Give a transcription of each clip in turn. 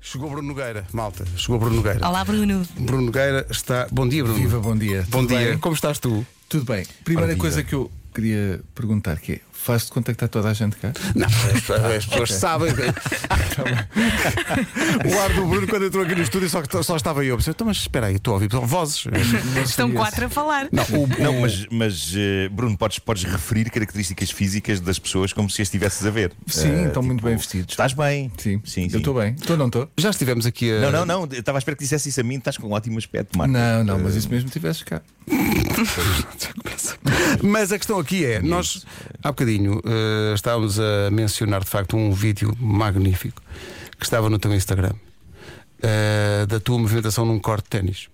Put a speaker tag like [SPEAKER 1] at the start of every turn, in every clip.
[SPEAKER 1] Chegou Bruno Nogueira, malta. Chegou Bruno Nogueira.
[SPEAKER 2] Olá, Bruno.
[SPEAKER 1] Bruno Nogueira está. Bom dia, Bruno.
[SPEAKER 3] Viva, bom dia.
[SPEAKER 1] Bom
[SPEAKER 3] Tudo
[SPEAKER 1] dia.
[SPEAKER 3] bem?
[SPEAKER 1] Como estás tu?
[SPEAKER 3] Tudo bem. Primeira
[SPEAKER 1] Ora,
[SPEAKER 3] coisa
[SPEAKER 1] viva.
[SPEAKER 3] que eu queria perguntar que é, faz-te contactar toda a gente cá?
[SPEAKER 1] Não, as, as pessoas sabem. o ar do Bruno, quando entrou aqui no estúdio, só, que- só estava eu. Eu Pensei, então, mas espera aí, estou a ouvir são vozes.
[SPEAKER 2] Estão quatro a falar.
[SPEAKER 1] Não, o,
[SPEAKER 3] É.
[SPEAKER 4] Não, mas, mas, eh, Bruno, podes, podes referir características físicas das pessoas como se as estivesses a ver.
[SPEAKER 3] Sim,
[SPEAKER 4] Eh,
[SPEAKER 3] estão muito bem vestidos.
[SPEAKER 4] Estás bem?
[SPEAKER 3] Sim,
[SPEAKER 4] sim. sim.
[SPEAKER 3] Eu estou bem. Estou ou não estou?
[SPEAKER 1] já estivemos aqui a.
[SPEAKER 4] Não, não, não. eu Estava à espera que dissesse isso a mim. Estás com um ótimo aspecto, Marco.
[SPEAKER 3] Não, não,
[SPEAKER 5] eh,
[SPEAKER 3] mas isso mesmo tivesses cá.
[SPEAKER 1] Mas a questão aqui é: nós há bocadinho eh, estávamos a mencionar de facto um vídeo magnífico que estava no teu Instagram eh, da tua movimentação num corte de ténis.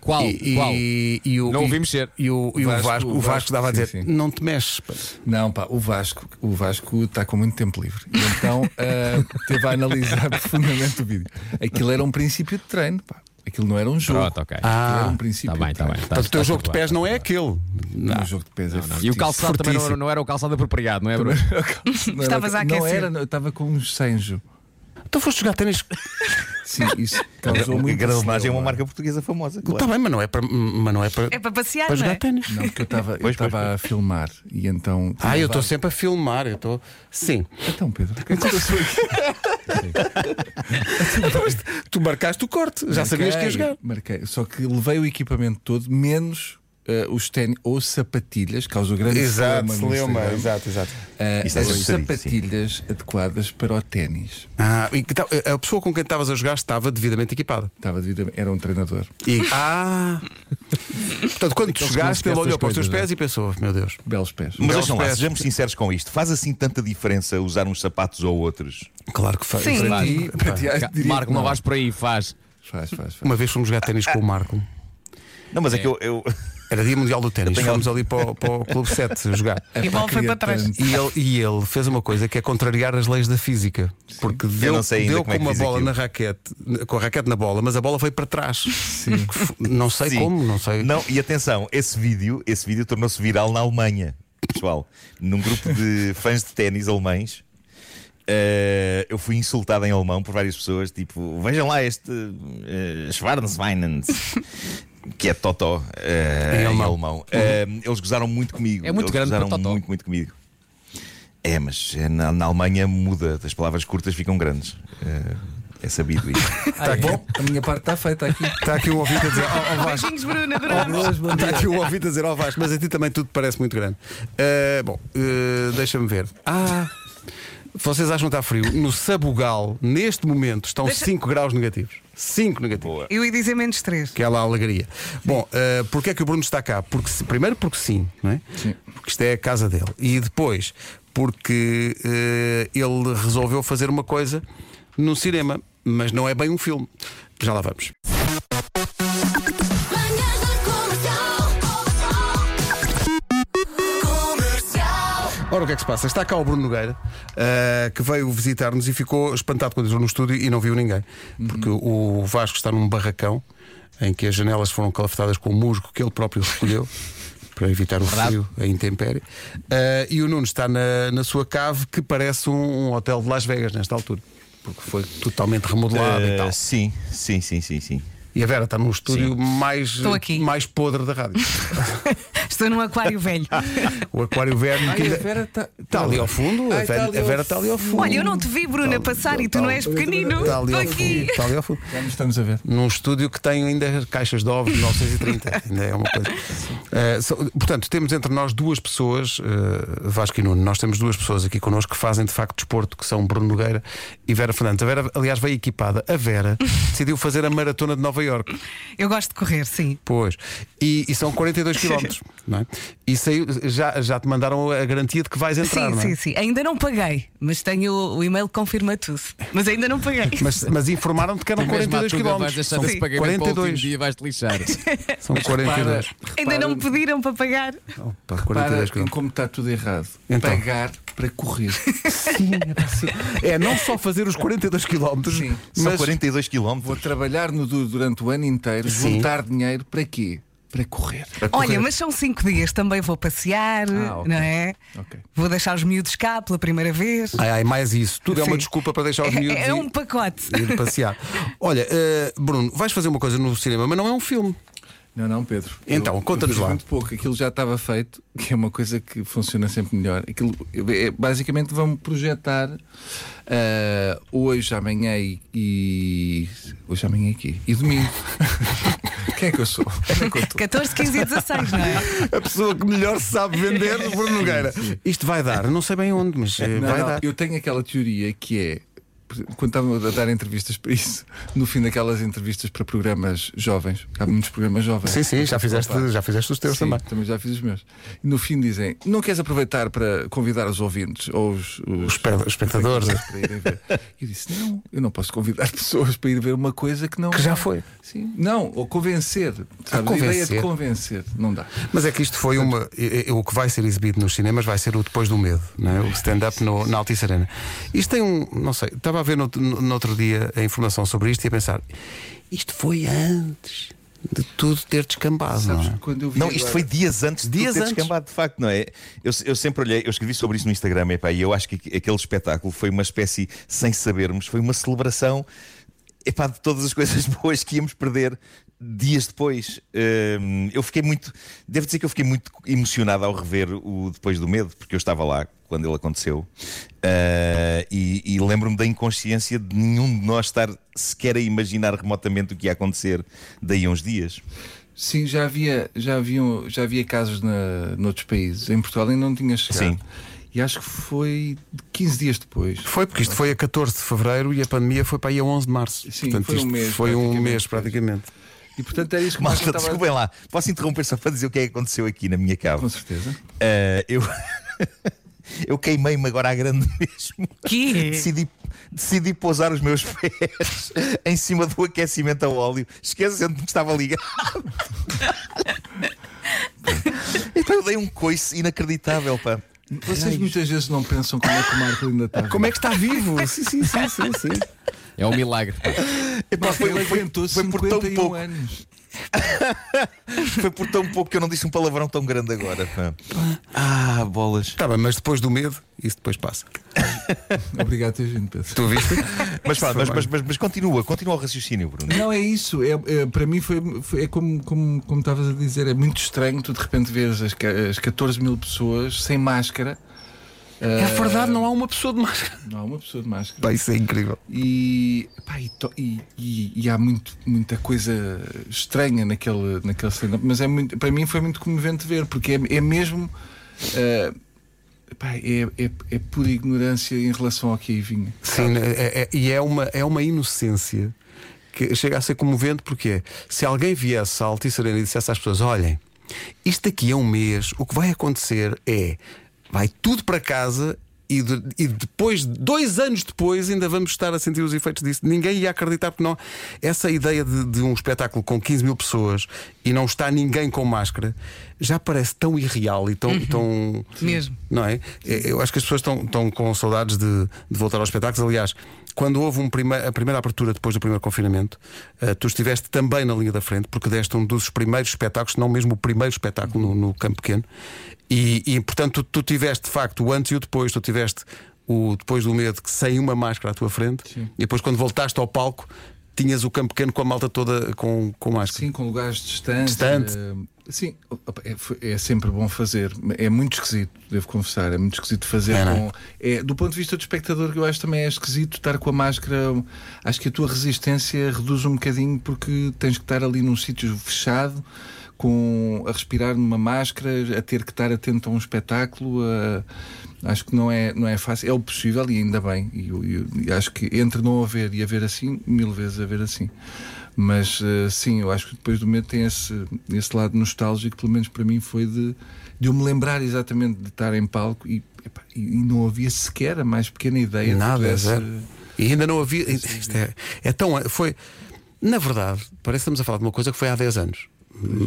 [SPEAKER 5] Qual?
[SPEAKER 1] E,
[SPEAKER 5] Qual?
[SPEAKER 1] e- e o,
[SPEAKER 5] Não
[SPEAKER 1] e-
[SPEAKER 5] ouvi mexer.
[SPEAKER 1] E o, e o Vasco,
[SPEAKER 3] Vasco-
[SPEAKER 1] o Vasco,
[SPEAKER 3] Vasco,
[SPEAKER 1] estava a
[SPEAKER 3] sim,
[SPEAKER 1] dizer:
[SPEAKER 3] sim.
[SPEAKER 1] não te mexes. pá."
[SPEAKER 3] Não, pá, o Vasco, o Vasco está com muito tempo livre. E Então ah, teve a analisar profundamente o vídeo. Aquilo era um princípio de treino, pá. Aquilo não era um jogo.
[SPEAKER 5] Pronto, ok.
[SPEAKER 3] Aquilo
[SPEAKER 1] Ah,
[SPEAKER 3] era um
[SPEAKER 5] Está
[SPEAKER 3] princípio.
[SPEAKER 5] bem,
[SPEAKER 3] de
[SPEAKER 5] está
[SPEAKER 3] treino.
[SPEAKER 5] bem. Tá-
[SPEAKER 1] Portanto, o teu
[SPEAKER 5] tá
[SPEAKER 1] jogo de
[SPEAKER 5] tudo
[SPEAKER 1] pés
[SPEAKER 5] bem.
[SPEAKER 1] não é aquele.
[SPEAKER 3] Um jogo de peso é
[SPEAKER 5] E o
[SPEAKER 3] fortíssimo.
[SPEAKER 5] calçado também não, era- não era o calçado apropriado, não é, Bruno?
[SPEAKER 3] Não era-
[SPEAKER 2] Estavas a
[SPEAKER 3] Não
[SPEAKER 2] aquecer.
[SPEAKER 3] era, não, eu estava com um senjo.
[SPEAKER 1] Então foste jogar ténis.
[SPEAKER 3] Sim, isso
[SPEAKER 4] A
[SPEAKER 3] causou muito.
[SPEAKER 4] Granelagem é uma
[SPEAKER 3] celeuma.
[SPEAKER 4] marca portuguesa famosa.
[SPEAKER 1] Está
[SPEAKER 4] Claro.
[SPEAKER 1] bem, mas não é para. Mas não é para,
[SPEAKER 2] É para passear,
[SPEAKER 1] para
[SPEAKER 2] não
[SPEAKER 1] jogar
[SPEAKER 2] é?
[SPEAKER 1] ténis.
[SPEAKER 3] Não, porque eu estava eu
[SPEAKER 4] Pois, pois,
[SPEAKER 3] estava a filmar e então.
[SPEAKER 1] Ah, eu estou sempre a filmar, eu estou. Sim.
[SPEAKER 3] Então, Pedro, o que é que aconteceu aqui?
[SPEAKER 1] Tu marcaste o corte, já sabias que ia jogar.
[SPEAKER 3] Marquei, só que levei o equipamento todo, menos eh, os ténis ou sapatilhas, causa grande
[SPEAKER 1] Exato,
[SPEAKER 3] celeuma no
[SPEAKER 1] celeuma,
[SPEAKER 3] Instagram.
[SPEAKER 1] exato, exato.
[SPEAKER 3] Eh,
[SPEAKER 4] Isso é
[SPEAKER 3] as
[SPEAKER 4] assustadíssimo.
[SPEAKER 3] sapatilhas adequadas para o ténis.
[SPEAKER 1] Ah, e que tal- a pessoa com quem estavas a jogar estava devidamente equipada.
[SPEAKER 3] Estava devidamente- Era um treinador.
[SPEAKER 1] E, ah! Portanto, quando tu
[SPEAKER 3] Aqueles que não
[SPEAKER 1] chegaste,
[SPEAKER 3] esquecem
[SPEAKER 1] ele
[SPEAKER 3] as
[SPEAKER 1] olhou para os teus
[SPEAKER 3] coisas,
[SPEAKER 1] pés e pensou: "Oh, meu Deus.
[SPEAKER 3] Belos pés.
[SPEAKER 4] Mas
[SPEAKER 1] Belos
[SPEAKER 4] deixam lá,
[SPEAKER 1] pés.
[SPEAKER 4] sejamos sinceros com isto. Faz assim tanta diferença usar uns sapatos ou outros?
[SPEAKER 1] Claro que faz.
[SPEAKER 2] Sim.
[SPEAKER 3] Para
[SPEAKER 5] Faz.
[SPEAKER 3] ti- para ti, acho que diria
[SPEAKER 5] Marco,
[SPEAKER 3] que
[SPEAKER 5] não vais por aí, faz.
[SPEAKER 3] Faz, faz, faz.
[SPEAKER 1] é Uma vez fomos jogar ténis com o Marco.
[SPEAKER 4] Não, mas é, que eu. eu-
[SPEAKER 1] Era dia mundial do ténis.
[SPEAKER 4] tenho-
[SPEAKER 1] Fomos ali para o, para o Clube 7 jogar.
[SPEAKER 3] É
[SPEAKER 2] E a
[SPEAKER 3] pá,
[SPEAKER 2] bola foi para
[SPEAKER 3] queria
[SPEAKER 2] trás.
[SPEAKER 3] tanto.
[SPEAKER 1] E ele, e ele fez uma coisa que é contrariar as leis da física. Porque deu,
[SPEAKER 4] não sei ainda
[SPEAKER 1] deu
[SPEAKER 4] como
[SPEAKER 1] com
[SPEAKER 4] é que
[SPEAKER 1] uma
[SPEAKER 4] fiz
[SPEAKER 1] bola
[SPEAKER 4] aquilo.
[SPEAKER 1] na raquete, com a raquete na bola, mas a bola foi para trás. Que f- Não sei
[SPEAKER 4] Sim.
[SPEAKER 1] É como, não sei.
[SPEAKER 4] Não, e atenção, esse vídeo, esse vídeo tornou-se viral na Alemanha, pessoal. Num grupo de fãs de ténis alemães, eh, eu fui insultado em alemão por várias pessoas, tipo, vejam lá este uh, que é Totó eh,
[SPEAKER 1] Em
[SPEAKER 4] em
[SPEAKER 1] alemão.
[SPEAKER 4] alemão. Eh, eles gozaram muito comigo.
[SPEAKER 5] É muito
[SPEAKER 4] eles
[SPEAKER 5] grande para
[SPEAKER 4] gozaram
[SPEAKER 5] Totó.
[SPEAKER 4] muito, muito comigo. É, mas eh, na, na Alemanha muda, as palavras curtas ficam grandes. Eh, é sabido isso.
[SPEAKER 1] Tá
[SPEAKER 3] Está bom, a minha parte está feita aqui.
[SPEAKER 1] Está aqui um ouvido a dizer: "Ó, ó, Vasco,
[SPEAKER 2] Beijinhos, Bruno, adoramos.
[SPEAKER 1] Está aqui um ouvido a dizer, ó Vasco, mas a ti também tudo parece muito grande. Uh, bom, uh, deixa-me ver. Ah, vocês acham que está frio? No Sabugal, neste momento, estão 5 graus negativos. 5 negativos.
[SPEAKER 4] Boa.
[SPEAKER 2] Eu ia dizer menos três.
[SPEAKER 1] Que é lá a alegria. Bom, uh, porque é que o Bruno está cá? Porque, se- primeiro porque sim, não é?
[SPEAKER 3] Sim.
[SPEAKER 1] Porque isto é a casa dele. E depois porque uh, ele resolveu fazer uma coisa no cinema, mas não é bem um filme. Já lá vamos.
[SPEAKER 6] Manhãs da Comercial. Comercial.
[SPEAKER 1] Ora, o que é que se passa? Está cá o Bruno Nogueira, eh, que veio visitar-nos e ficou espantado quando entrou no estúdio e não viu ninguém. Porque o Vasco está num barracão em que as janelas foram calafetadas com o musgo que ele próprio recolheu. Para evitar o frio, a intempérie. Eh, e o Nuno está na, na sua cave, que parece um, um hotel de Las Vegas nesta altura, porque foi totalmente remodelado e
[SPEAKER 4] Eh,
[SPEAKER 1] tal.
[SPEAKER 4] sim, sim, sim, sim, sim.
[SPEAKER 1] E a Vera está num estúdio mais,
[SPEAKER 2] Estou aqui.
[SPEAKER 1] mais podre da rádio.
[SPEAKER 2] Estou num aquário velho.
[SPEAKER 1] O Aquário Verde. que
[SPEAKER 3] Ai, a
[SPEAKER 1] ainda-
[SPEAKER 3] Vera está
[SPEAKER 1] Está ali ao fundo, a
[SPEAKER 3] Ai,
[SPEAKER 1] Vera
[SPEAKER 3] está ali
[SPEAKER 1] a
[SPEAKER 3] ao
[SPEAKER 1] Vera está ali ao fundo.
[SPEAKER 2] Olha, eu não te vi, Bruno, a passar e tu não és pequenino.
[SPEAKER 1] Está Tá, ali
[SPEAKER 2] Estou
[SPEAKER 1] ao fundo.
[SPEAKER 2] aqui.
[SPEAKER 1] Está ali ao fundo.
[SPEAKER 3] Já nos estamos a ver.
[SPEAKER 1] Num estúdio que tem ainda caixas de ovos de 930. ainda é uma coisa. Eh, so- portanto, temos entre nós duas pessoas, eh, Vasco e Nuno, nós temos duas pessoas aqui connosco que fazem de facto desporto, que são Bruno Nogueira e Vera Fernandes. A Vera, aliás, veio equipada. A Vera decidiu fazer a maratona de Nova Iorque.
[SPEAKER 2] Eu gosto de correr, sim.
[SPEAKER 1] Pois. E, e são 42 quilómetros não é? E saiu- já, já te mandaram a garantia de que vais entrar,
[SPEAKER 2] sim,
[SPEAKER 1] não é?
[SPEAKER 2] sim, sim. Ainda não paguei, mas tenho o e-mail que confirma tudo. Mas ainda não paguei.
[SPEAKER 1] Mas, mas informaram-te que eram
[SPEAKER 5] Mesmo à
[SPEAKER 1] 42
[SPEAKER 5] Tuga, Vais
[SPEAKER 1] quilómetros
[SPEAKER 5] deixar
[SPEAKER 1] São
[SPEAKER 5] esse pagamento para o último
[SPEAKER 1] 42.
[SPEAKER 5] dia vais-te lixar.
[SPEAKER 1] São 42.
[SPEAKER 2] Ainda não me pediram para pagar.
[SPEAKER 1] Opa, 42
[SPEAKER 3] Para em
[SPEAKER 1] quilómetros.
[SPEAKER 3] como está tudo errado.
[SPEAKER 1] Então.
[SPEAKER 3] Pagar para correr.
[SPEAKER 1] É não só fazer os 42 quilómetros,
[SPEAKER 3] Sim.
[SPEAKER 1] mas
[SPEAKER 4] São 42 quilómetros.
[SPEAKER 3] Vou trabalhar no duro durante o ano inteiro,
[SPEAKER 1] Sim.
[SPEAKER 3] juntar dinheiro para quê? para correr.
[SPEAKER 1] a correr.
[SPEAKER 2] Olha, mas são cinco dias, também vou passear,
[SPEAKER 3] Ah, ok.
[SPEAKER 2] não é?
[SPEAKER 3] Ok.
[SPEAKER 2] Vou deixar os miúdos cá pela primeira vez.
[SPEAKER 1] Ai, ai, mais isso. Tudo é uma
[SPEAKER 2] Sim.
[SPEAKER 1] desculpa para deixar os
[SPEAKER 2] É-
[SPEAKER 1] miúdos.
[SPEAKER 2] é,
[SPEAKER 1] e-
[SPEAKER 2] um pacote.
[SPEAKER 1] e ir passear. Olha, eh, Bruno, vais fazer uma coisa no cinema, mas não é um filme.
[SPEAKER 3] Não, não, Pedro.
[SPEAKER 1] Então,
[SPEAKER 3] Eu- eu
[SPEAKER 1] conta-nos
[SPEAKER 3] fiz
[SPEAKER 1] lá.
[SPEAKER 3] Muito pouco. Aquilo já estava feito, que é uma coisa que funciona sempre melhor. Aquilo, é- basicamente, vão projetar ah, hoje, amanhã e, e- Hoje, amanhã e quê? E domingo. Quem é que eu sou? Onde é que eu estou?
[SPEAKER 2] 14, 15 e 16, não é?
[SPEAKER 1] A pessoa que melhor sabe vender, Bruno Nogueira. Isto vai dar, não sei bem onde, mas eh,
[SPEAKER 3] Não,
[SPEAKER 1] vai
[SPEAKER 3] não,
[SPEAKER 1] dar.
[SPEAKER 3] Eu tenho aquela teoria que é. por exemplo, Quando estava a dar entrevistas para isso, no fim daquelas entrevistas para programas jovens, há muitos programas jovens.
[SPEAKER 1] Sim, sim, já fizeste, já fizeste os teus
[SPEAKER 3] Sim,
[SPEAKER 1] também.
[SPEAKER 3] já fiz os meus. E no fim dizem: não queres aproveitar para convidar os ouvintes ou os,
[SPEAKER 1] Os espe- espectadores.
[SPEAKER 3] para irem ver? Eu disse: não, eu não posso convidar pessoas para ir ver uma coisa que não.
[SPEAKER 1] Que já foi.
[SPEAKER 3] Sim. Não, ou convencer. Sabe? A, ideia de
[SPEAKER 1] convencer.
[SPEAKER 3] convencer. Não dá.
[SPEAKER 1] Mas é que isto foi uma. eh, eh, O que vai ser exibido nos cinemas vai ser o Depois do Medo, não é? o stand-up no- na Altice Arena. Isto tem um. Não sei, estava a ver no, no- no outro dia a informação sobre isto e a pensar: isto foi antes de tudo ter descambado, não
[SPEAKER 3] Sabes,
[SPEAKER 1] é?
[SPEAKER 3] quando eu vi
[SPEAKER 4] Não, isto
[SPEAKER 3] agora-
[SPEAKER 4] foi dias antes de
[SPEAKER 1] Dias
[SPEAKER 4] dias ter
[SPEAKER 1] antes.
[SPEAKER 4] descambado, de facto, não é? Eu, eu sempre olhei, eu escrevi sobre isso no Instagram, epá, e eu acho que aquele espetáculo foi uma espécie, sem sabermos, foi uma celebração epá, de todas as coisas boas que íamos perder dias depois. Hum, eu fiquei muito, devo dizer que eu fiquei muito emocionado ao rever o Depois do Medo, porque eu estava lá quando ele aconteceu. Ah, e e lembro-me da inconsciência de nenhum de nós estar sequer a imaginar remotamente o que ia acontecer daí a uns dias.
[SPEAKER 3] Sim, já havia, já haviam, já havia casos na, noutros países. Em Portugal ainda não tinha chegado.
[SPEAKER 4] Sim.
[SPEAKER 3] E acho que foi 15 dias depois.
[SPEAKER 1] Foi, porque isto foi a 14 de fevereiro e a pandemia foi para aí a 11 de março.
[SPEAKER 3] Sim,
[SPEAKER 1] Portanto,
[SPEAKER 3] foi um
[SPEAKER 1] isto
[SPEAKER 3] mês,
[SPEAKER 1] foi um
[SPEAKER 3] praticamente.
[SPEAKER 1] mês praticamente.
[SPEAKER 3] E portanto era isso que
[SPEAKER 4] Malta,
[SPEAKER 3] eu estava-
[SPEAKER 4] desculpem lá, posso interromper só para dizer o que é que aconteceu aqui na minha cava.
[SPEAKER 3] Com certeza.
[SPEAKER 4] Ah, eu eu queimei-me agora à grande mesmo.
[SPEAKER 2] Que?
[SPEAKER 4] Decidi, decidi pousar os meus pés em cima do aquecimento a óleo, esquecendo que estava ligado. então eu dei um coice inacreditável, pá.
[SPEAKER 3] Vocês muitas vezes não pensam como é que o Marco ainda está.
[SPEAKER 1] Como é que está vivo? sim, sim, sim, sim, sim.
[SPEAKER 5] É um milagre.
[SPEAKER 4] Epá,
[SPEAKER 3] Foi,
[SPEAKER 4] foi, foi,
[SPEAKER 3] aguentou
[SPEAKER 4] foi por tão
[SPEAKER 3] 51
[SPEAKER 4] pouco,
[SPEAKER 3] anos.
[SPEAKER 4] foi por tão pouco que eu não disse um palavrão tão grande agora. pá. Ah, bolas.
[SPEAKER 1] Tá bem, mas depois do medo, isso depois passa.
[SPEAKER 3] Obrigado, ter vindo, Pedro.
[SPEAKER 1] Tu viste?
[SPEAKER 4] Mas, pá,
[SPEAKER 1] Foi
[SPEAKER 4] mas,
[SPEAKER 1] bem.
[SPEAKER 4] mas, mas- mas continua, continua o raciocínio, Bruno.
[SPEAKER 3] Não, é isso. É, é, para mim foi, foi- é como, como, como estavas a dizer, é muito estranho tu de repente veres as, ca- as 14 mil pessoas sem máscara. Ah,
[SPEAKER 1] É verdade, não há uma pessoa de mais.
[SPEAKER 3] Não há uma pessoa de máscara.
[SPEAKER 1] Pá, isso é incrível.
[SPEAKER 3] E, pá, e, to- e- e- e há muito, muita coisa estranha naquele, naquele stand-up, mas é muito, para mim foi muito comovente ver, porque é, é mesmo. ah, pá, é, é, é pura ignorância em relação ao que aí vinha.
[SPEAKER 1] Sim, é- é- e é uma, é uma inocência que chega a ser comovente, porque é, se alguém viesse à Altice Arena e dissesse às pessoas: olhem, isto daqui a um mês, o que vai acontecer é vai tudo para casa. E, de- e depois, dois anos depois, ainda vamos estar a sentir os efeitos disso. Ninguém ia acreditar, porque não. Essa ideia de, de um espetáculo com 15 mil pessoas e não está ninguém com máscara já parece tão irreal e tão. e tão-
[SPEAKER 2] Mesmo.
[SPEAKER 1] não é? É, Eu acho que as pessoas estão, estão com saudades de, de voltar aos espetáculos. Aliás, quando houve um prime- a primeira abertura depois do primeiro confinamento, eh, tu estiveste também na linha da frente, porque deste um dos primeiros espetáculos, se não mesmo o primeiro espetáculo no, no Campo Pequeno. E, e, portanto, tu, tu tiveste de facto o antes e o depois, tu tiveste o depois do medo que sem uma máscara à tua frente, e depois quando voltaste ao palco, tinhas o Campo Pequeno com a malta toda com, com máscara.
[SPEAKER 3] Sim, com lugares distantes.
[SPEAKER 1] Distante.
[SPEAKER 3] eh, sim, opa, é, foi- é sempre bom fazer. É muito esquisito, devo confessar. É muito esquisito fazer
[SPEAKER 1] É, não é?
[SPEAKER 3] com. é, do ponto de vista do espectador, que eu acho também é esquisito estar com a máscara. Acho que a tua resistência reduz um bocadinho porque tens que estar ali num sítio fechado. Com, a respirar numa máscara, a ter que estar atento a um espetáculo, a- acho que não é, não é fácil. É o possível e ainda bem. E, eu- eu- e acho que entre não haver e haver assim, mil vezes haver assim. Mas eh, sim, eu acho que depois do medo tem esse, esse lado nostálgico, pelo menos para mim foi de, de eu me lembrar exatamente de estar em palco e, epá, e- e não havia sequer a mais pequena ideia
[SPEAKER 1] Nada,
[SPEAKER 3] de que pudesse-
[SPEAKER 1] zero. E ainda não havia. Isto é, é tão. Foi. Na verdade, parece que estamos a falar de uma coisa que foi há 10 anos.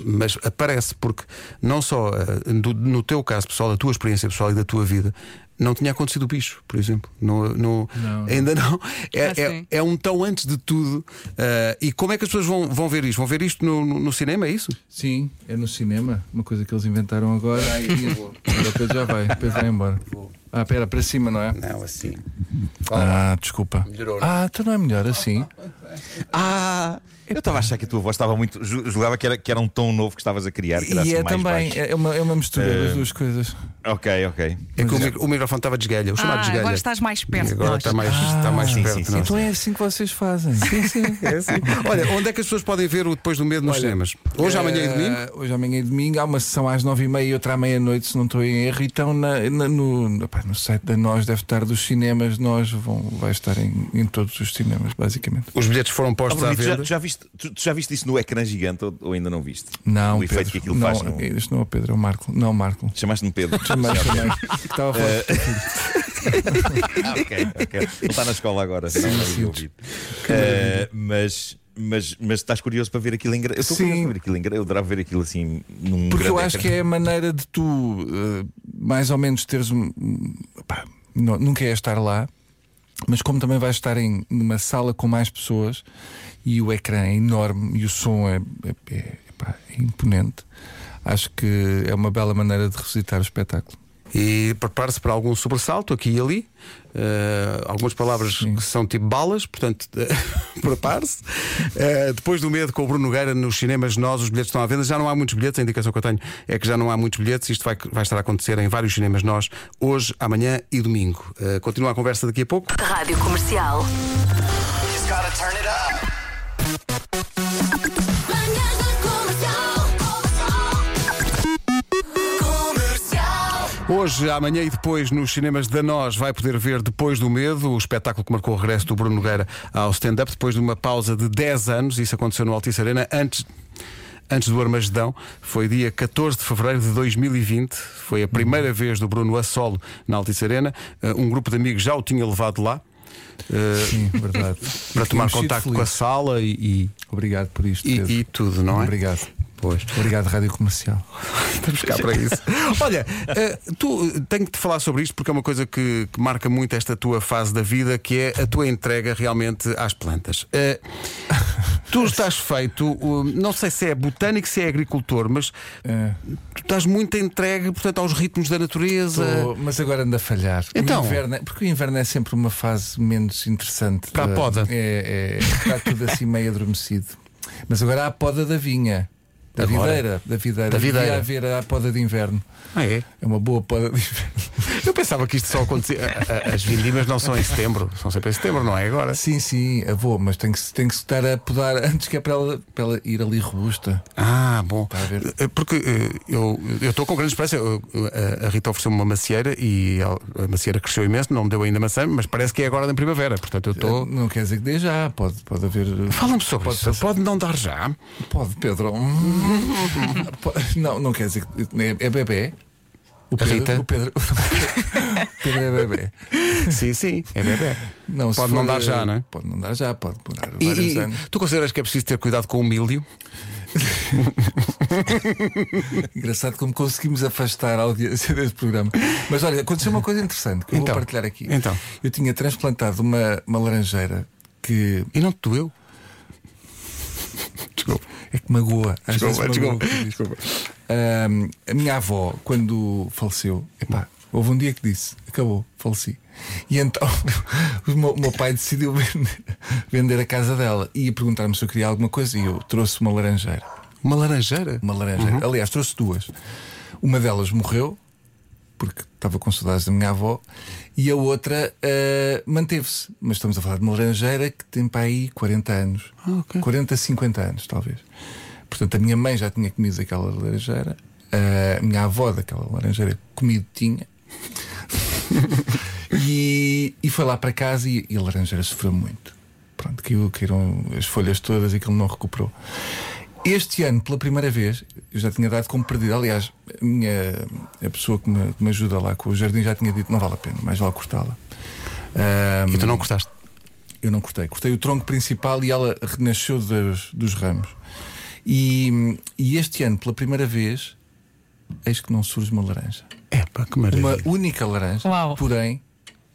[SPEAKER 1] Mas aparece porque não só eh, do- no teu caso pessoal, da tua experiência pessoal e da tua vida, não tinha acontecido o bicho, por exemplo. No, no-
[SPEAKER 3] Não.
[SPEAKER 1] Ainda não. É,
[SPEAKER 2] Ah,
[SPEAKER 1] é-
[SPEAKER 2] sim.
[SPEAKER 1] é um tão antes de tudo. eh, e como é que as pessoas vão, vão ver isto? Vão ver isto no, no- no cinema, é isso?
[SPEAKER 3] Sim, é no cinema, uma coisa que eles inventaram agora. Ai, depois já vai, depois vai embora. Ah, pera, para cima, não é?
[SPEAKER 1] Não, assim.
[SPEAKER 3] Ah, desculpa. Ah, então não é melhor assim.
[SPEAKER 4] Ah! Eu estava a achar que a tua voz estava muito. ju- Julgava que era, que era um tom novo que estavas a criar, que era
[SPEAKER 3] E
[SPEAKER 4] assim
[SPEAKER 3] é
[SPEAKER 4] mais
[SPEAKER 3] também,
[SPEAKER 4] baixo.
[SPEAKER 3] é uma, é uma mistura das duas coisas.
[SPEAKER 4] Ok, ok.
[SPEAKER 1] É que o, micro- o microfone estava de esgalha, o chamado de
[SPEAKER 2] Ah,
[SPEAKER 1] esgalha.
[SPEAKER 2] agora estás mais perto
[SPEAKER 1] E
[SPEAKER 2] de
[SPEAKER 1] Agora
[SPEAKER 2] nós.
[SPEAKER 1] está mais, está mais
[SPEAKER 4] sim,
[SPEAKER 1] perto
[SPEAKER 4] sim,
[SPEAKER 1] de
[SPEAKER 4] sim.
[SPEAKER 1] nós.
[SPEAKER 3] Então é assim que vocês fazem. Sim, sim.
[SPEAKER 1] Olha, onde é que as pessoas podem ver o Depois do Medo nos
[SPEAKER 3] Olha,
[SPEAKER 1] cinemas? Hoje, amanhã e
[SPEAKER 3] Eh,
[SPEAKER 1] domingo?
[SPEAKER 3] Hoje, amanhã e domingo. Há uma sessão às nove e meia e outra à meia-noite, se não estou em erro. Então, na- na- no, epá, no site da Nós deve estar dos cinemas. Nós vão, vai estar em, em todos os cinemas, basicamente.
[SPEAKER 1] Os bilhetes foram
[SPEAKER 4] Ah,
[SPEAKER 1] postos
[SPEAKER 4] Bruno,
[SPEAKER 1] à
[SPEAKER 4] e tu já,
[SPEAKER 1] venda.
[SPEAKER 4] já viste, tu, tu já viste isso no ecrã gigante ou, ou ainda não viste?
[SPEAKER 3] Não,
[SPEAKER 4] O efeito
[SPEAKER 3] Pedro.
[SPEAKER 4] que aquilo
[SPEAKER 3] não,
[SPEAKER 4] faz. não?
[SPEAKER 3] Este não é o Pedro, é o Marco. Não, Marco.
[SPEAKER 4] Chamaste-me Pedro.
[SPEAKER 3] Mas
[SPEAKER 4] Ah, Sim,
[SPEAKER 3] também. Estava a falar.
[SPEAKER 4] Ah, ok, ok. Ele está na escola agora, não não ouvi ouvir. Eh, mas, mas, mas estás curioso para ver aquilo em gra... Eu estou
[SPEAKER 3] Sim.
[SPEAKER 4] curioso para ver aquilo em gra... Eu adorava ver aquilo assim num
[SPEAKER 3] Porque eu
[SPEAKER 4] grande
[SPEAKER 3] acho que
[SPEAKER 4] ecrã.
[SPEAKER 3] é a maneira de tu, eh, mais ou menos, teres um. um, pá, não- nunca é estar lá, mas como também vais estar em numa sala com mais pessoas e o ecrã é enorme e o som é, é- é- pá, é imponente, acho que é uma bela maneira de revisitar o espetáculo.
[SPEAKER 1] E prepare-se para algum sobressalto aqui e ali. Eh, algumas palavras que são tipo balas, portanto, prepare-se. Eh, depois do medo com o Bruno Nogueira nos cinemas, nós, os bilhetes estão à venda. Já não há muitos bilhetes, a indicação que eu tenho é que já não há muitos bilhetes. Isto vai, vai estar a acontecer em vários cinemas, nós, hoje, amanhã e domingo. Eh, continua a conversa daqui a pouco.
[SPEAKER 6] Rádio Comercial.
[SPEAKER 7] He's gotta turn it up.
[SPEAKER 8] Manhãs da Comercial. Comercial.
[SPEAKER 1] Hoje, amanhã e depois nos cinemas da Nós vai poder ver Depois do Medo, o espetáculo que marcou o regresso do Bruno Nogueira ao stand-up depois de uma pausa de 10 anos. Isso aconteceu no Altice Arena antes antes do Armagedão, foi dia 14 de fevereiro de 2020, foi a
[SPEAKER 3] Uhum.
[SPEAKER 1] primeira vez do Bruno a solo na Altice Arena. Eh, Um grupo de amigos já o tinha levado lá eh,
[SPEAKER 3] Sim, verdade.
[SPEAKER 1] para tomar
[SPEAKER 3] Temos sido
[SPEAKER 1] contacto com a
[SPEAKER 3] felizes.
[SPEAKER 1] sala e,
[SPEAKER 3] Obrigado por isto.
[SPEAKER 1] e,
[SPEAKER 3] Pedro.
[SPEAKER 1] e tudo, não é?
[SPEAKER 3] Obrigado.
[SPEAKER 1] Pois.
[SPEAKER 3] Obrigado, Rádio Comercial.
[SPEAKER 1] Estamos cá para isso. Olha, eh, tu eh, tenho que te falar sobre isto porque é uma coisa que, que marca muito esta tua fase da vida, que é a tua entrega realmente às plantas. Eh, tu estás feito, eh, não sei se é botânico, se é agricultor, mas
[SPEAKER 3] É.
[SPEAKER 1] tu estás muito entregue, portanto, aos ritmos da natureza.
[SPEAKER 3] Tô- mas agora anda a falhar.
[SPEAKER 1] eh, Então?
[SPEAKER 3] O inverno é- porque o inverno é sempre uma fase menos interessante.
[SPEAKER 1] Para a
[SPEAKER 3] da-
[SPEAKER 1] poda.
[SPEAKER 3] É, é- está tudo assim meio adormecido. Mas agora há a poda da vinha. Da
[SPEAKER 1] Agora?
[SPEAKER 3] videira. Da videira.
[SPEAKER 1] Da videira.
[SPEAKER 3] Devia haver a poda de inverno.
[SPEAKER 1] Ah, é?
[SPEAKER 3] É uma boa poda de inverno.
[SPEAKER 1] Eu pensava que isto só acontecia. a- a- As vindimas não são em setembro, são sempre em setembro, não é? Agora.
[SPEAKER 3] Sim, sim, a vou, mas tem que, se- tem que se estar a podar antes que é para ela, para ela ir ali robusta.
[SPEAKER 1] Ah, bom.
[SPEAKER 3] Está Tá a ver?
[SPEAKER 1] Eh, Porque eh, eu eu estou com grande esperança. Eu, eh, a Rita ofereceu-me uma macieira e ela- a macieira cresceu imenso, não me deu ainda maçã, mas parece que é agora na primavera. Portanto, eu estou.
[SPEAKER 3] Não quer dizer que dê já, pode, pode haver.
[SPEAKER 1] Fala-me sobre
[SPEAKER 3] É. pode
[SPEAKER 1] isso.
[SPEAKER 3] passar.
[SPEAKER 1] Pode não dar já.
[SPEAKER 3] Pode, Pedro. Pode- não, não quer dizer que. É, é bebê. O Pedro,
[SPEAKER 1] Rita?
[SPEAKER 3] O Pedro, o Pedro é bebê.
[SPEAKER 1] Sim, sim, é bebê.
[SPEAKER 3] Não, se
[SPEAKER 1] Pode não
[SPEAKER 3] for,
[SPEAKER 1] dar
[SPEAKER 3] eh,
[SPEAKER 1] já, não é?
[SPEAKER 3] Pode não dar já, pode demorar
[SPEAKER 1] E,
[SPEAKER 3] vários
[SPEAKER 1] e
[SPEAKER 3] anos.
[SPEAKER 1] tu consideras que é preciso ter cuidado com o milho?
[SPEAKER 3] Engraçado como conseguimos afastar a audiência deste programa. Mas olha, aconteceu uma coisa interessante que eu
[SPEAKER 1] Então,
[SPEAKER 3] vou partilhar aqui.
[SPEAKER 1] então.
[SPEAKER 3] Eu tinha transplantado uma, uma laranjeira que
[SPEAKER 1] E não te doeu? Desculpa.
[SPEAKER 3] é que magoa. Às
[SPEAKER 1] Desculpa,
[SPEAKER 3] vezes magoa
[SPEAKER 1] desculpa,
[SPEAKER 3] o que eu disse. Ahm, a minha avó, quando faleceu, epá, houve um dia que disse: acabou, faleci. E então o meu, o meu pai decidiu vender, vender a casa dela e ia perguntar-me se eu queria alguma coisa e eu trouxe uma laranjeira.
[SPEAKER 1] Uma laranjeira?
[SPEAKER 3] Uma laranjeira. Aliás, trouxe duas. Uma delas morreu, porque estava com saudades da minha avó, e a outra ah, manteve-se. Mas estamos a falar de uma laranjeira que tem para aí 40 anos. 40, 50 anos, talvez. Portanto, a minha mãe já tinha comido aquela laranjeira, eh, a minha avó daquela laranjeira comido tinha. e, e foi lá para casa e, e a laranjeira sofreu muito. Pronto, caiu, caíram as folhas todas e aquilo não recuperou. Este ano, pela primeira vez, eu já tinha dado como perdido. Aliás, a, minha, a pessoa que me, que me ajuda lá com o jardim já tinha dito: não vale a pena, mais vale cortá-la. Ahm,
[SPEAKER 1] E tu não gostaste?
[SPEAKER 3] eu não cortei. Cortei o tronco principal e ela renasceu dos, dos ramos. E, e este ano, pela primeira vez, eis que não surge uma laranja.
[SPEAKER 1] É pá, que maravilha.
[SPEAKER 3] Uma única laranja,
[SPEAKER 2] Uau.
[SPEAKER 3] porém,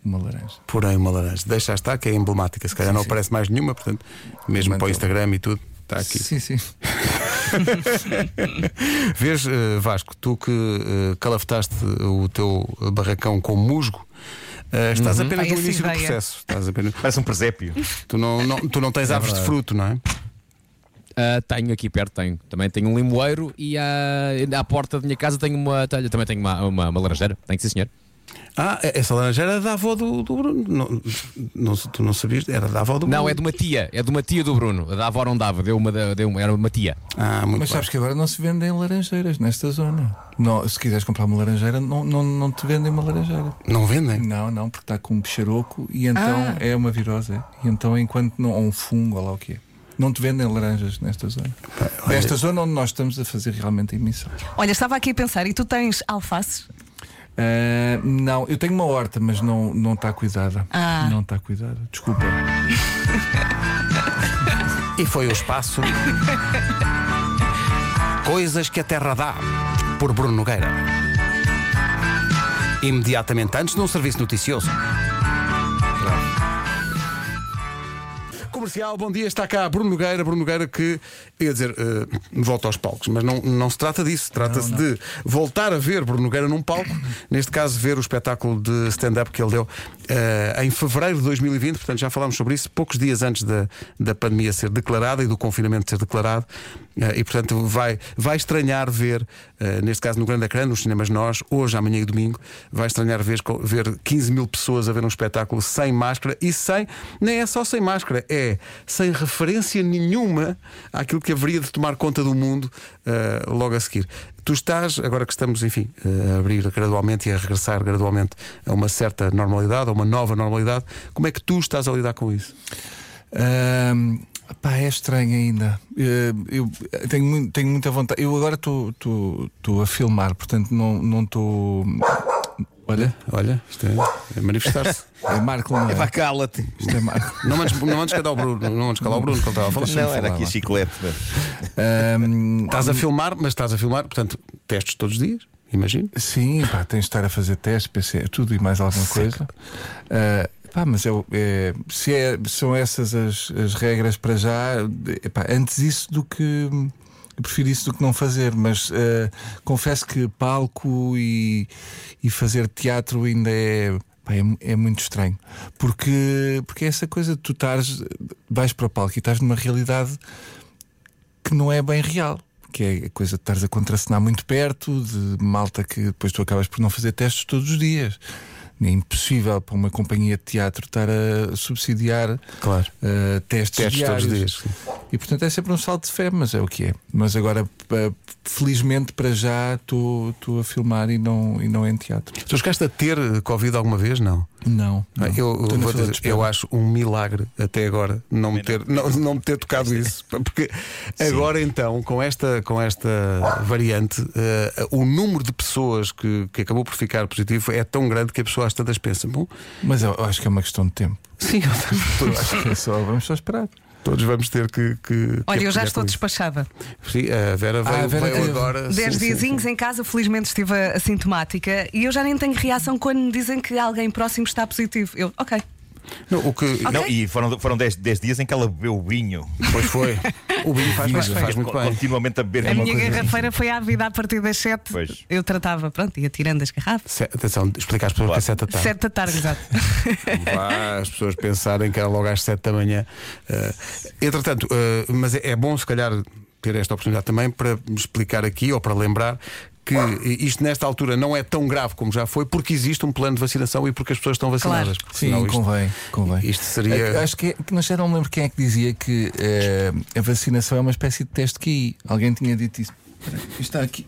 [SPEAKER 3] uma laranja.
[SPEAKER 1] Porém, uma laranja. Deixa estar, que é emblemática. Se calhar não aparece mais nenhuma, portanto, mesmo para o
[SPEAKER 3] Mantém.
[SPEAKER 1] Instagram e tudo, está aqui.
[SPEAKER 3] Sim, sim.
[SPEAKER 1] Vês, eh, Vasco, tu que eh, calafetaste o teu barracão com musgo, eh, estás apenas
[SPEAKER 2] Ai,
[SPEAKER 1] no
[SPEAKER 2] essa
[SPEAKER 1] início do
[SPEAKER 2] ideia.
[SPEAKER 1] processo. Estás apenas...
[SPEAKER 4] Parece um presépio.
[SPEAKER 1] tu, não, não- tu não tens árvores de fruto, não é?
[SPEAKER 5] Ah, tenho aqui perto, tenho. Também tenho um limoeiro e à, à porta da minha casa tenho uma telha. Também tenho uma, uma, uma laranjeira. Tenho que sim, senhor.
[SPEAKER 1] Ah, essa laranja era da avó do, do Bruno. Não, não- tu não sabias? Era da avó do Bruno.
[SPEAKER 5] Não, é de uma tia. É de uma tia do Bruno. A Da avó não dava. Deu uma, da- deu uma, era uma tia.
[SPEAKER 1] Ah, muito bem.
[SPEAKER 3] Mas sabes que agora não se vendem laranjeiras nesta zona. Não, se quiseres comprar uma laranjeira, não, não, não te vendem uma laranjeira.
[SPEAKER 1] Não vendem?
[SPEAKER 3] Não, não, porque está com um bicharoco e então é uma virose. E então, enquanto não. Ou um fungo, ou lá o que é. Não te vendem laranjas nesta zona. Nesta zona onde nós estamos a fazer realmente a emissão.
[SPEAKER 2] Olha, estava aqui a pensar, e tu tens alfaces?
[SPEAKER 3] Ah, não, eu tenho uma horta, mas não não está cuidada.
[SPEAKER 2] Ah.
[SPEAKER 3] Não está cuidada. Desculpa.
[SPEAKER 1] E foi o espaço. Coisas que a Terra dá, por Bruno Nogueira. Imediatamente antes num serviço noticioso. Comercial, bom dia, está cá Bruno Nogueira. Bruno Nogueira que, ia dizer, eh, volta aos palcos, mas não, não se trata disso. Trata-se de voltar a ver Bruno Nogueira num palco. Neste caso, ver o espetáculo de stand-up que ele deu eh, em fevereiro de 2020. Portanto, já falámos sobre isso poucos dias antes da, da pandemia ser declarada e do confinamento ser declarado. Eh, e, portanto, vai, vai estranhar ver, eh, neste caso, no grande ecrã, nos cinemas nós, hoje, amanhã e domingo, vai estranhar ver, ver 15 mil pessoas a ver um espetáculo sem máscara e sem, nem é só sem máscara, é sem referência nenhuma àquilo que haveria de tomar conta do mundo eh, logo a seguir. Tu estás, agora que estamos, enfim, eh, a abrir gradualmente e a regressar gradualmente a uma certa normalidade, a uma nova normalidade, como é que tu estás a lidar com isso?
[SPEAKER 3] Ahm, pá, é estranho ainda. Eh, Eu tenho, mui- tenho muita vontade. Eu agora estou- estou estou a filmar, portanto não não estou. Olha,
[SPEAKER 1] Olha, isto é, é manifestar-se.
[SPEAKER 3] é Marco, não é?
[SPEAKER 4] Epá, cala-te.
[SPEAKER 3] Isto é Marco.
[SPEAKER 1] não mandes, não mandes calar o Bruno, não mandes calar o Bruno que ele estava a falar.
[SPEAKER 4] Não, era aqui a chiclete. né? mas-
[SPEAKER 3] Ahm,
[SPEAKER 1] Estás a filmar, mas estás a filmar, portanto, testes todos os dias, imagino.
[SPEAKER 3] Sim, pá, tens de estar a fazer testes, PC, é tudo e mais alguma coisa. Ah, pá, mas é, o- é- se é- são essas as, as regras para já, eh, pá, antes isso do que. Eu prefiro isso do que não fazer, mas ah, confesso que palco e, e fazer teatro ainda é. pá, é, mu- é muito estranho. Porque, porque é essa coisa de tu estás. vais para o palco e estás numa realidade que não é bem real. Que é a coisa de estares a contracenar muito perto, de malta que depois tu acabas por não fazer testes todos os dias. É impossível para uma companhia de teatro estar a subsidiar
[SPEAKER 1] Claro.
[SPEAKER 3] eh, testes,
[SPEAKER 1] Testes
[SPEAKER 3] diários.
[SPEAKER 1] todos os dias. sim.
[SPEAKER 3] E portanto é sempre um salto de fé, mas é o que é. Mas agora, pa- felizmente para já, estou estou a filmar e não, e não é em teatro. Ah,
[SPEAKER 1] Tu chegaste a ter eh, Covid alguma vez? Não.
[SPEAKER 3] Não. não.
[SPEAKER 1] Eu, eu
[SPEAKER 3] Estou na
[SPEAKER 1] vou
[SPEAKER 3] fila de
[SPEAKER 1] dizer,
[SPEAKER 3] espera.
[SPEAKER 1] eu acho um milagre até agora não me ter, não, não me ter tocado isso. Porque agora então, com esta, com esta variante, eh, o número de pessoas que, que acabou por ficar positivo é tão grande que a pessoa às tantas pensa: bom,
[SPEAKER 3] Mas eu, eu acho que é uma questão de tempo.
[SPEAKER 1] sim,
[SPEAKER 3] Eu acho que é só, vamos só esperar.
[SPEAKER 1] todos vamos ter que. que- que
[SPEAKER 2] Olha, eu já
[SPEAKER 1] apanhar
[SPEAKER 2] estou
[SPEAKER 1] com isso.
[SPEAKER 2] despachada.
[SPEAKER 1] Sim, a Vera veio,
[SPEAKER 3] Ah, a Vera
[SPEAKER 1] veio
[SPEAKER 3] teve.
[SPEAKER 1] agora. sim,
[SPEAKER 2] Dez
[SPEAKER 1] sim,
[SPEAKER 2] diazinhos em casa, felizmente estive a- assintomática e eu já nem tenho reação quando me dizem que alguém próximo está positivo. Eu, ok.
[SPEAKER 1] sim. Não, o que,
[SPEAKER 4] Não, e foram, foram 10, dias em que ela bebeu vinho.
[SPEAKER 1] Pois foi. O Binho faz,
[SPEAKER 4] Vinho,
[SPEAKER 1] muito- faz muito
[SPEAKER 4] co-
[SPEAKER 1] bem.
[SPEAKER 4] Continuamente a beber
[SPEAKER 2] A
[SPEAKER 4] vinho.
[SPEAKER 2] minha garrafeira foi à vida a partir das 7.
[SPEAKER 4] Pois.
[SPEAKER 2] Eu tratava, pronto, ia tirando as garrafas.
[SPEAKER 1] Se- Atenção, explicar às pessoas que é 7 da tarde.
[SPEAKER 2] 7 da tarde, exato.
[SPEAKER 1] Vá, as pessoas pensarem que era logo às 7 da manhã. Eh, entretanto, eh, mas é, é bom se calhar ter esta oportunidade também para explicar aqui ou para lembrar. Que isto nesta altura não é tão grave como já foi, porque existe um plano de vacinação e porque as pessoas estão vacinadas. Porque
[SPEAKER 3] Sim,
[SPEAKER 1] senão isto-
[SPEAKER 3] convém, convém.
[SPEAKER 1] isto seria-
[SPEAKER 3] Eu Acho que, é- que não sei, não me lembro quem é que dizia que eh, a vacinação é uma espécie de teste QI. Alguém tinha dito isso. Eh, Espera, Isto está aqui.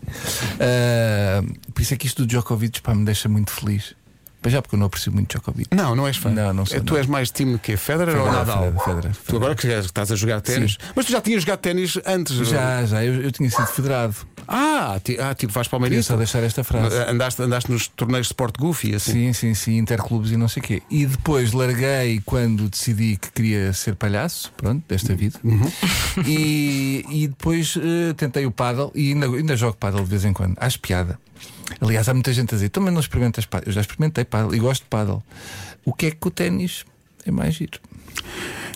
[SPEAKER 3] Ah, por isso é que isto do Djokovic pá, me deixa muito feliz. Para já, porque eu não aprecio muito Djokovic.
[SPEAKER 1] Não, não és fã.
[SPEAKER 3] Não, não sou,
[SPEAKER 1] Eh, tu
[SPEAKER 3] não.
[SPEAKER 1] és mais time que Federer ou
[SPEAKER 3] Federer,
[SPEAKER 1] Nadal?
[SPEAKER 3] Federer, Federer,
[SPEAKER 1] Tu agora que estás a jogar ténis. Mas tu já tinhas jogado ténis antes.
[SPEAKER 3] Já, já, eu, eu tinha sido federado.
[SPEAKER 1] Ah, ti- ah, tipo, vais para o
[SPEAKER 3] Queria
[SPEAKER 1] Meirinho.
[SPEAKER 3] só deixar esta frase.
[SPEAKER 1] Andaste, andaste nos torneios de Sport Goofy, assim.
[SPEAKER 3] Sim, sim, sim, interclubes e não sei o quê. E depois larguei quando decidi que queria ser palhaço, pronto,
[SPEAKER 1] Uhum.
[SPEAKER 3] desta vida. E, e depois eh, tentei o paddle e ainda, ainda jogo paddle de vez em quando. Acho piada. Aliás, há muita gente a dizer, também não experimentas paddle. Eu já experimentei paddle e gosto de paddle. O que é que o ténis é mais giro?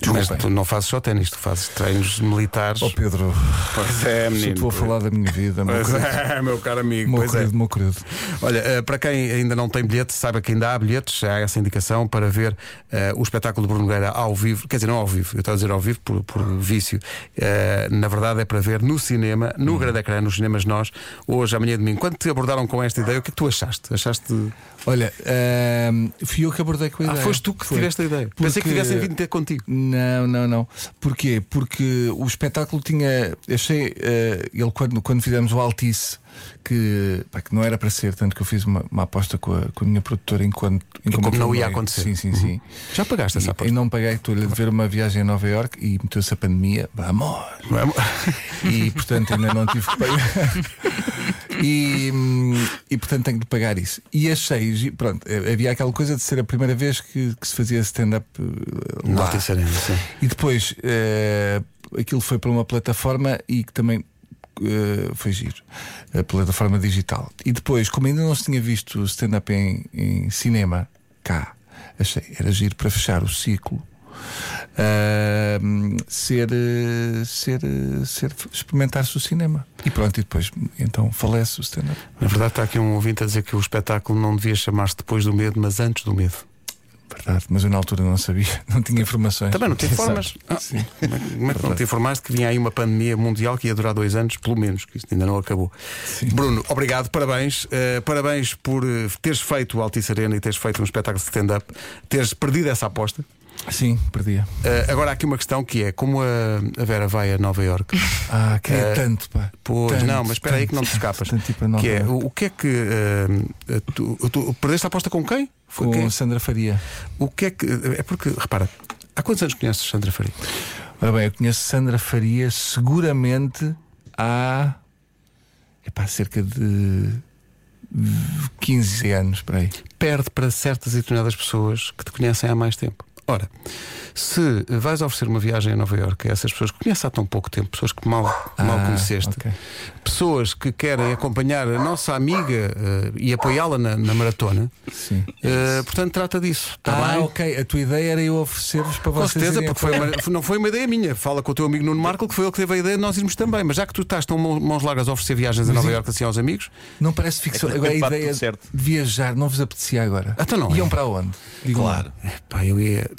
[SPEAKER 1] Mas
[SPEAKER 3] Desculpem.
[SPEAKER 1] tu não fazes só ténis, tu fazes treinos militares.
[SPEAKER 3] Oh Pedro,
[SPEAKER 1] Pois é,
[SPEAKER 3] se eu
[SPEAKER 1] menino.
[SPEAKER 3] estou a falar da minha vida, meu
[SPEAKER 1] Pois
[SPEAKER 3] querido,
[SPEAKER 1] é, meu caro amigo.
[SPEAKER 3] meu
[SPEAKER 1] pois é.
[SPEAKER 3] querido, meu querido.
[SPEAKER 1] Olha, eh, para quem ainda não tem bilhete, saiba que ainda há bilhetes, já há essa indicação para ver eh, o espetáculo de Bruno Nogueira ao vivo, quer dizer, não ao vivo, eu estou a dizer ao vivo por, por vício. Eh, na verdade é para ver no cinema,
[SPEAKER 3] Uhum.
[SPEAKER 1] no grande ecrã, nos cinemas nós, hoje, amanhã e domingo. Quando te abordaram com esta ideia, o que é que tu achaste? Achaste.
[SPEAKER 3] Olha, ahm, fui eu que abordei com a
[SPEAKER 1] Ah,
[SPEAKER 3] ideia.
[SPEAKER 1] foste tu que
[SPEAKER 3] Foi.
[SPEAKER 1] tiveste a ideia. Pensei que
[SPEAKER 3] Porque-
[SPEAKER 1] tivessem vindo ter contigo.
[SPEAKER 3] Não, não, não. Porquê? Porque o espetáculo tinha. eu Achei. eh, ele, quando, quando fizemos o Altice, que, pá, que não era para ser, tanto que eu fiz uma, uma aposta com a, com a minha produtora enquanto. enquanto
[SPEAKER 1] como não
[SPEAKER 3] aquilo
[SPEAKER 1] ia
[SPEAKER 3] é.
[SPEAKER 1] acontecer.
[SPEAKER 3] Sim, sim, sim.
[SPEAKER 1] Já pagaste essa é
[SPEAKER 3] E, e
[SPEAKER 1] aposta?
[SPEAKER 3] não paguei, estou-lhe a dever uma viagem a Nova York e meteu-se a pandemia. Vamos!
[SPEAKER 1] Não é?
[SPEAKER 3] E portanto ainda não tive que pagar. e, hum, e portanto tenho de pagar isso. E achei, gi- pronto, eh, havia aquela coisa de ser a primeira vez que, que se fazia stand-up eh,
[SPEAKER 1] Não
[SPEAKER 3] lá.
[SPEAKER 1] tem sereno, sim.
[SPEAKER 3] E depois eh, aquilo foi para uma plataforma e que também eh, foi giro, a plataforma digital. E depois, como ainda não se tinha visto stand-up em, em cinema cá, achei era giro para fechar o ciclo. eh, ser, eh, ser, eh, ser experimentar-se o cinema e pronto, e depois então falece o stand-up.
[SPEAKER 1] Na verdade, está aqui um ouvinte a dizer que o espetáculo não devia chamar-se Depois do Medo, mas Antes do Medo.
[SPEAKER 3] Verdade, mas eu na altura não sabia, não tinha informações.
[SPEAKER 1] Também não tive
[SPEAKER 3] Exato.
[SPEAKER 1] formas. Ah,
[SPEAKER 3] Sim.
[SPEAKER 1] Como é que- como é que não te informaste que vinha aí uma pandemia mundial que ia durar dois anos, pelo menos, que isto ainda não acabou. Bruno, obrigado, parabéns. Eh, parabéns por eh, teres feito o Altice Arena e teres feito um espetáculo de stand-up, teres perdido essa aposta.
[SPEAKER 3] Sim, perdia.
[SPEAKER 1] Eh, agora há aqui uma questão que é: como a, a Vera vai a Nova Iorque?
[SPEAKER 3] Ah, queria
[SPEAKER 1] Eh,
[SPEAKER 3] tanto, pá.
[SPEAKER 1] Pois,
[SPEAKER 3] Tanto,
[SPEAKER 1] não, mas espera aí que não te
[SPEAKER 3] tanto, tipo,
[SPEAKER 1] escapas.
[SPEAKER 3] tanto ir para Nova
[SPEAKER 1] que é,
[SPEAKER 3] Iorque.
[SPEAKER 1] o, o que é que. eh, tu, tu perdeste a aposta com quem? Foi
[SPEAKER 3] Com
[SPEAKER 1] quem?
[SPEAKER 3] Sandra Faria.
[SPEAKER 1] O que é que. É porque, repara, há quantos anos conheces Sandra Faria?
[SPEAKER 3] Ora bem, eu conheço Sandra Faria seguramente há. Epá, cerca de 15 anos para aí.
[SPEAKER 1] perde para certas e determinadas pessoas que te conhecem há mais tempo. Ora, se vais oferecer uma viagem a Nova Iorque a essas pessoas que conheces há tão pouco tempo, pessoas que mal, mal
[SPEAKER 3] Ah,
[SPEAKER 1] conheceste,
[SPEAKER 3] ok.
[SPEAKER 1] pessoas que querem acompanhar a nossa amiga eh, e apoiá-la na, na maratona,
[SPEAKER 3] Sim.
[SPEAKER 1] eh, portanto trata disso. Tá
[SPEAKER 3] ah,
[SPEAKER 1] bem?
[SPEAKER 3] ok. A tua ideia era eu oferecer-vos para
[SPEAKER 1] Com
[SPEAKER 3] vocês.
[SPEAKER 1] certeza,
[SPEAKER 3] irem
[SPEAKER 1] porque foi uma- não foi uma ideia minha. Fala com o teu amigo Nuno Marco, que foi ele que teve a ideia de nós irmos também. Mas já que tu estás tão mão- mãos largas a oferecer viagens a Nova Iorque assim aos amigos,
[SPEAKER 3] Não parece ficção.
[SPEAKER 4] É que de
[SPEAKER 3] agora a
[SPEAKER 4] repente bate
[SPEAKER 3] ideia
[SPEAKER 4] tudo certo.
[SPEAKER 3] de viajar não vos apetecia agora.
[SPEAKER 1] Então não é.
[SPEAKER 3] Iam para onde? Digam lá.
[SPEAKER 1] Pá, eu ia-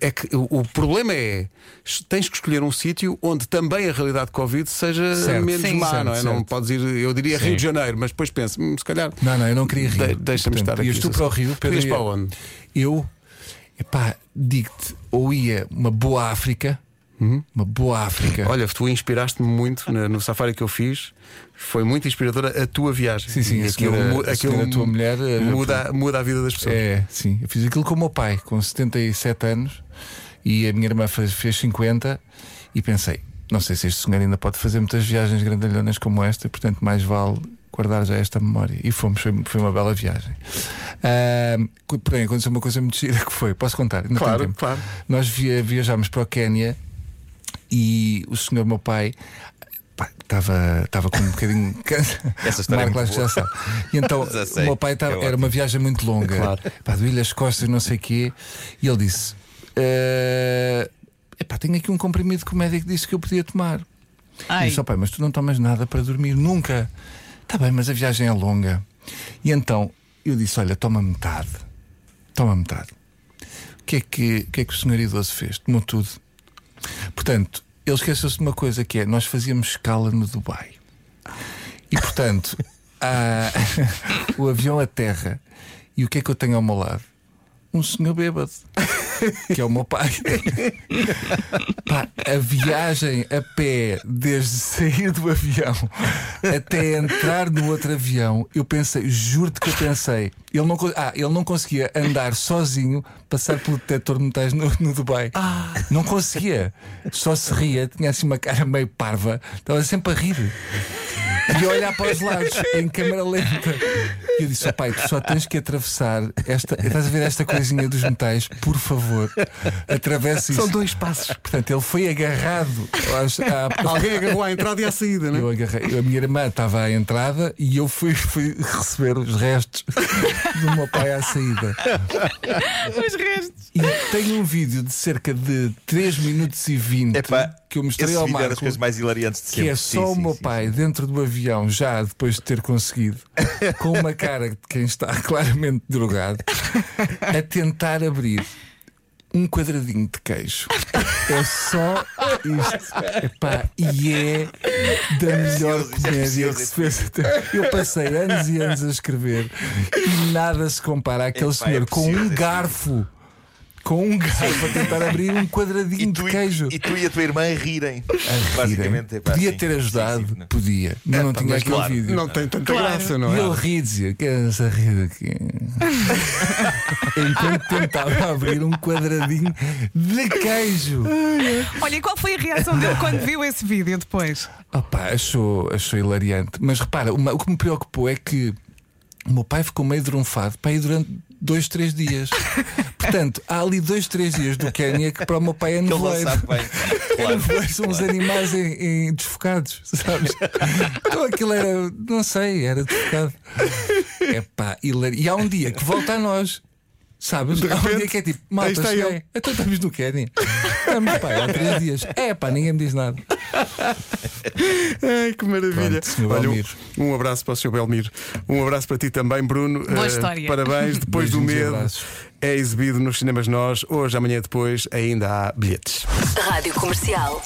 [SPEAKER 1] É que o o problema é tens que escolher um sítio onde também a realidade Covid seja
[SPEAKER 3] Certo.
[SPEAKER 1] menos
[SPEAKER 3] Sim.
[SPEAKER 1] má,
[SPEAKER 3] Certo,
[SPEAKER 1] não é? Não
[SPEAKER 3] certo.
[SPEAKER 1] podes ir, eu diria Rio de Janeiro, mas depois penso, hum, se calhar.
[SPEAKER 3] Não, não, eu não queria rir.
[SPEAKER 1] De- deixa-me estar aqui,
[SPEAKER 3] Ias tu
[SPEAKER 1] Sousa.
[SPEAKER 3] para o Rio,
[SPEAKER 1] Tu
[SPEAKER 3] Pedro.
[SPEAKER 1] ias
[SPEAKER 3] ia-
[SPEAKER 1] para onde?
[SPEAKER 3] Eu, epá, digo-te, ou ia uma boa África, uma boa África.
[SPEAKER 1] Uhum. Olha, tu inspiraste-me muito na- no safari que eu fiz. Foi muito inspiradora a tua viagem.
[SPEAKER 3] Sim, sim,
[SPEAKER 1] E
[SPEAKER 3] a
[SPEAKER 1] aquilo,
[SPEAKER 3] senhora-
[SPEAKER 1] mu-
[SPEAKER 3] a
[SPEAKER 1] aquilo
[SPEAKER 3] senhora tua mulher, eh,
[SPEAKER 1] muda, muda a vida das pessoas.
[SPEAKER 3] É, sim. Eu fiz aquilo com o meu pai, com 77 anos, e a minha irmã fez, fez 50, e pensei, não sei se este senhor ainda pode fazer muitas viagens grandalhonas como esta, portanto, mais vale guardar já esta memória. E fomos, foi, foi uma bela viagem. Ahm, co- porém, aconteceu uma coisa muito gira que foi, posso contar? Ainda tenho
[SPEAKER 1] Claro,
[SPEAKER 3] tempo.
[SPEAKER 1] claro.
[SPEAKER 3] Nós via- viajámos para o Quénia e o senhor, meu pai, pá, estava estava com um bocadinho de câncer.
[SPEAKER 4] Essa história é
[SPEAKER 3] Marco,
[SPEAKER 4] muito
[SPEAKER 3] acho que já sabe. E então,
[SPEAKER 4] Já sei,
[SPEAKER 3] o meu pai
[SPEAKER 4] é
[SPEAKER 3] estava, era
[SPEAKER 4] ótimo.
[SPEAKER 3] uma viagem muito longa,
[SPEAKER 1] Claro.
[SPEAKER 3] pá, do Ilhas Costas, não sei o quê, e ele disse: "Eh, epá, tenho aqui um comprimido que o médico disse que eu podia tomar. E
[SPEAKER 2] Ai,
[SPEAKER 3] disse, "Ó pai, mas tu não tomas nada para dormir nunca. Está bem, mas a viagem é longa. E então eu disse: Olha, toma metade. Toma metade. O que é que, o, que é que o senhor idoso fez? Tomou tudo. Portanto, ele esqueceu-se de uma coisa que é: nós fazíamos escala no Dubai. E portanto, ah, há- o avião aterra. E o que é que eu tenho ao meu lado? Um senhor bêbado. que é o meu pai. Pá, a viagem a pé, desde sair do avião até entrar no outro avião, eu pensei, juro-te que eu pensei, ele não, con- ah, ele não conseguia andar sozinho, passar pelo detector de metais no, no Dubai. Não conseguia. Só se ria, tinha assim uma cara meio parva, estava sempre a rir. E a olhar para os lados em câmera lenta. E eu disse: "Ó pai, tu só tens que atravessar esta. Estás a ver esta coisinha dos metais? Por favor, atravessa isso.
[SPEAKER 1] São dois passos.
[SPEAKER 3] Portanto, ele foi agarrado. Às, à-
[SPEAKER 1] Alguém agarrou à entrada e à saída, não
[SPEAKER 3] eu
[SPEAKER 1] é?
[SPEAKER 3] agarrei, a minha irmã estava à entrada e eu fui, fui receber os restos do meu pai à saída.
[SPEAKER 2] Os restos.
[SPEAKER 3] E tenho um vídeo de cerca de 3 minutos e 20
[SPEAKER 4] Epá,
[SPEAKER 3] que eu mostrei
[SPEAKER 4] esse
[SPEAKER 3] ao
[SPEAKER 4] vídeo é
[SPEAKER 3] Marco.
[SPEAKER 4] das coisas mais hilariantes de
[SPEAKER 3] Que
[SPEAKER 4] sempre.
[SPEAKER 3] é
[SPEAKER 4] Sim,
[SPEAKER 3] só o
[SPEAKER 4] sim,
[SPEAKER 3] meu
[SPEAKER 4] sim,
[SPEAKER 3] pai
[SPEAKER 4] sim.
[SPEAKER 3] dentro do avião, já depois de ter conseguido, com uma cara de quem está claramente drogado, a tentar abrir um quadradinho de queijo. É só isto. Epá, e é da melhor
[SPEAKER 4] É precioso,
[SPEAKER 3] comédia que se fez até. Eu passei anos e anos a escrever e nada se compara àquele
[SPEAKER 4] Epá, é
[SPEAKER 3] senhor com
[SPEAKER 4] precioso,
[SPEAKER 3] um
[SPEAKER 4] é
[SPEAKER 3] garfo. Com um garfo a tentar abrir um quadradinho
[SPEAKER 4] E
[SPEAKER 3] de
[SPEAKER 4] tu, e-
[SPEAKER 3] queijo.
[SPEAKER 4] E, tu e a tua irmã a rirem. Basicamente, epá,
[SPEAKER 3] Podia
[SPEAKER 4] sim.
[SPEAKER 3] ter ajudado,
[SPEAKER 4] Sim, sim, não.
[SPEAKER 3] podia, mas não
[SPEAKER 4] pá,
[SPEAKER 3] tinha
[SPEAKER 4] mas
[SPEAKER 3] aquele
[SPEAKER 4] claro,
[SPEAKER 3] vídeo.
[SPEAKER 1] Não tem tanta graça, não
[SPEAKER 3] E
[SPEAKER 1] é?
[SPEAKER 3] ele ri dizia, que é essa rir aqui. Enquanto tentava abrir um quadradinho de queijo.
[SPEAKER 2] Olha, e qual foi a reação dele quando viu esse vídeo depois?
[SPEAKER 3] Opa, achou, achou hilariante. Mas repara, uma- o que me preocupou é que o meu pai ficou meio drunfado para ir durante dois, três dias. Portanto, há ali dois, três dias do Quénia que para o meu pai é
[SPEAKER 4] Que ele não
[SPEAKER 3] nevoeiro.
[SPEAKER 4] sabe bem. Claro,
[SPEAKER 3] Pois, São uns animais em, em desfocados, sabes? Então aquilo era, não sei, era desfocado. Epá, hilari- e há um dia que volta a nós, sabes? há um
[SPEAKER 1] repente,
[SPEAKER 3] dia que é tipo,
[SPEAKER 1] aí
[SPEAKER 3] malta,
[SPEAKER 1] está
[SPEAKER 3] cheguei.
[SPEAKER 1] ele."
[SPEAKER 3] Então estamos no Quénia. Estamos, pá, há três dias. É, pá, ninguém me diz nada.
[SPEAKER 1] Ai, que maravilha.
[SPEAKER 3] Pronto, senhor
[SPEAKER 1] Olha, um,
[SPEAKER 3] Belmiro.
[SPEAKER 1] um abraço para o Sr. Belmiro. Um abraço para ti também, Bruno.
[SPEAKER 2] Boa
[SPEAKER 1] Eh,
[SPEAKER 2] história.
[SPEAKER 1] Parabéns. Depois do
[SPEAKER 3] Beijinhos e
[SPEAKER 1] medo,
[SPEAKER 3] abraços.
[SPEAKER 1] é exibido nos cinemas nós. Hoje, amanhã, depois, ainda há bilhetes.
[SPEAKER 8] Rádio Comercial.